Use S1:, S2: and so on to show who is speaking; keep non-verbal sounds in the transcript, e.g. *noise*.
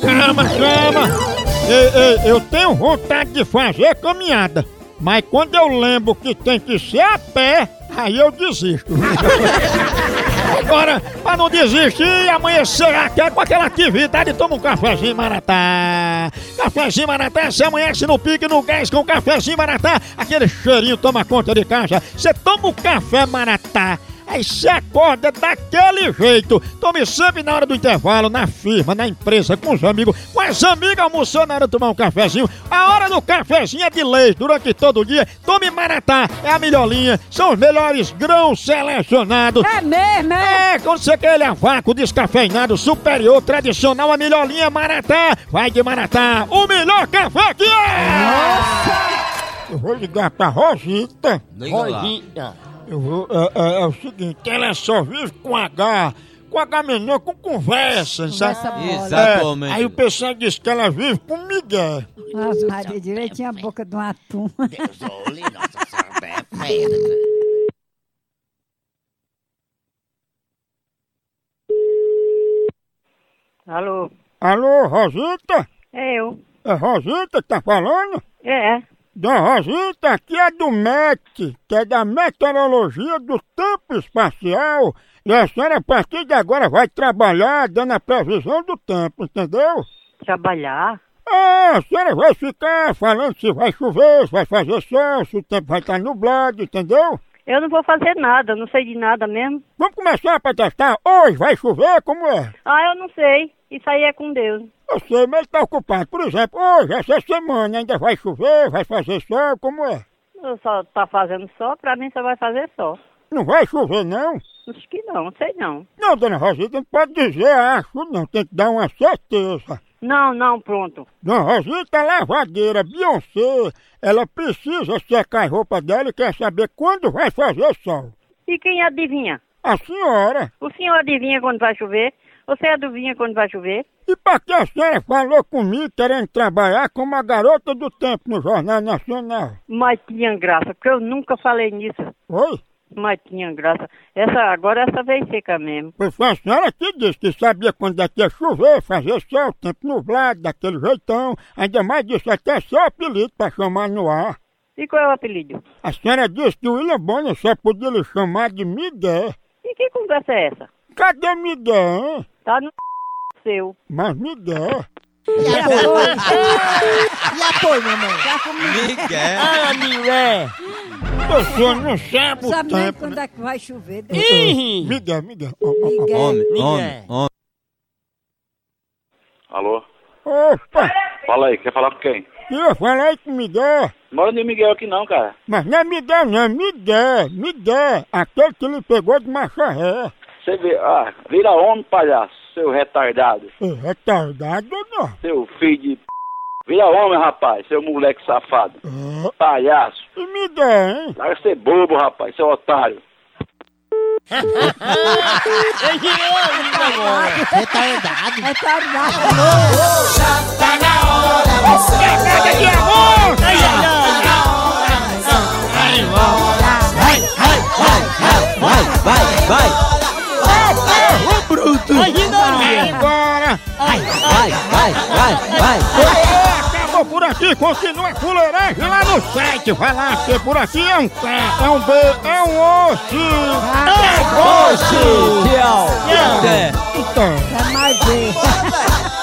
S1: Calma, calma! Ei, ei, eu tenho vontade de fazer caminhada, mas quando eu lembro que tem que ser a pé, aí eu desisto. Agora, pra não desistir, amanhecer até com aquela atividade, toma um cafezinho maratá. Cafezinho maratá, você amanhece no pique, no gás com cafezinho maratá. Aquele cheirinho toma conta de casa. Você toma o café maratá. Aí você acorda daquele jeito. Tome sempre na hora do intervalo, na firma, na empresa, com os amigos. Com as amigas almoçando na hora de tomar um cafezinho. A hora do cafezinho é de leite durante todo o dia. Tome Maratá, é a melhor linha. São os melhores grãos selecionados.
S2: É mesmo, é?
S1: É, quando você quer ele a vácuo, descafeinado, superior, tradicional, a melhor linha Maratá. Vai de Maratá, o melhor café que é! Eu vou ligar pra Rosita.
S3: Liga lá.
S1: Rosita. Eu vou, é, é- é o seguinte, ela só vive com H. Com H menor, com conversa, sabe? É,
S3: Exatamente.
S1: aí o pessoal diz que ela vive com Miguel.
S2: Nossa, Ah, Maria direitinho a boca de um atum.
S4: Alô,
S1: Alô, Rosita?
S4: é eu.
S1: É Rosita que tá falando?
S4: É,
S1: Dona Rosita, aqui é do MET, que é da Meteorologia do Tempo Espacial. E a senhora, a partir de agora, vai trabalhar dando a previsão do tempo, entendeu?
S4: trabalhar.
S1: Ah, a senhora vai ficar falando se vai chover, se vai fazer sol, se o tempo vai estar nublado, entendeu?
S4: Eu não vou fazer nada, não sei de nada mesmo.
S1: Vamos começar para testar. Hoje vai chover, como é?
S4: Ah, eu não sei. Isso aí é com Deus.
S1: Eu sei, mas ele está ocupado. Por exemplo, hoje, essa semana, ainda vai chover, vai fazer sol, como é?
S4: Eu só tá fazendo só, pra mim só vai fazer só.
S1: Não vai chover, não?
S4: Acho que não, sei não.
S1: Não, dona Rosita, não pode dizer acho, não. Tem que dar uma certeza.
S4: Não, não, pronto.
S1: Dona Rosita é Lavadeira, Beyoncé, ela precisa secar as roupas dela e quer saber quando vai fazer sol.
S4: E quem adivinha?
S1: A senhora.
S4: O senhor adivinha quando vai chover? Você adivinha quando vai chover?
S1: E pra que a senhora falou comigo querendo trabalhar como a garota do tempo no Jornal Nacional?
S4: Mas tinha graça, porque eu nunca falei nisso.
S1: Oi?
S4: Mas tinha graça. Essa, agora essa vez seca mesmo.
S1: Pois foi a senhora que disse que sabia quando é que ia chover, fazer sol, tempo nublado, daquele jeitão. Ainda mais disse até seu apelido pra chamar no ar.
S4: E qual é o apelido?
S1: A senhora disse que o William Bonner só podia lhe chamar de Miguel.
S4: E que conversa é essa?
S1: Cadê Miguel, hein?
S4: Tá no *laughs* seu.
S1: Mas Miguel...
S2: *laughs*
S5: E apoio? *laughs* E apoio, minha mãe?
S3: Miguel.
S1: Ah, Miguel! Você não sabe o
S2: Sabe nem
S1: tempo,
S2: quando
S1: né?
S2: é que vai chover?
S1: Ih! Miguel, Miguel. Ó, ó, ó.
S2: Ninguém.
S3: Homem,
S5: Miguel.
S3: homem, homem.
S6: Alô?
S1: Opa!
S6: Fala aí, quer falar com quem?
S1: Queria falar aí com Miguel.
S6: Mora nem Miguel aqui não, cara.
S1: Mas não é Miguel, não. É Miguel. Miguel. Aquele que ele pegou de macharré.
S6: Você vê, ah, vira homem, palhaço, seu retardado,
S1: É retardado ou não?
S6: seu filho de p... Vira homem, rapaz, seu moleque safado,
S1: É.
S6: palhaço.
S1: E Miguel, hein?
S6: Larga ser bobo, rapaz, seu otário.
S5: Retardado.
S2: É tardar.
S1: Pegada de amor! Vai
S3: Vai, vai, vai.
S1: embora!
S3: Vai, vai, vai, vai.
S1: É, acabou por aqui, continua a fuleiragem lá no site. Vai lá, porque por aqui é um T, é um B, é um osso. É Oh,
S3: Oxi, tchau.
S1: Então...
S2: É mais bem.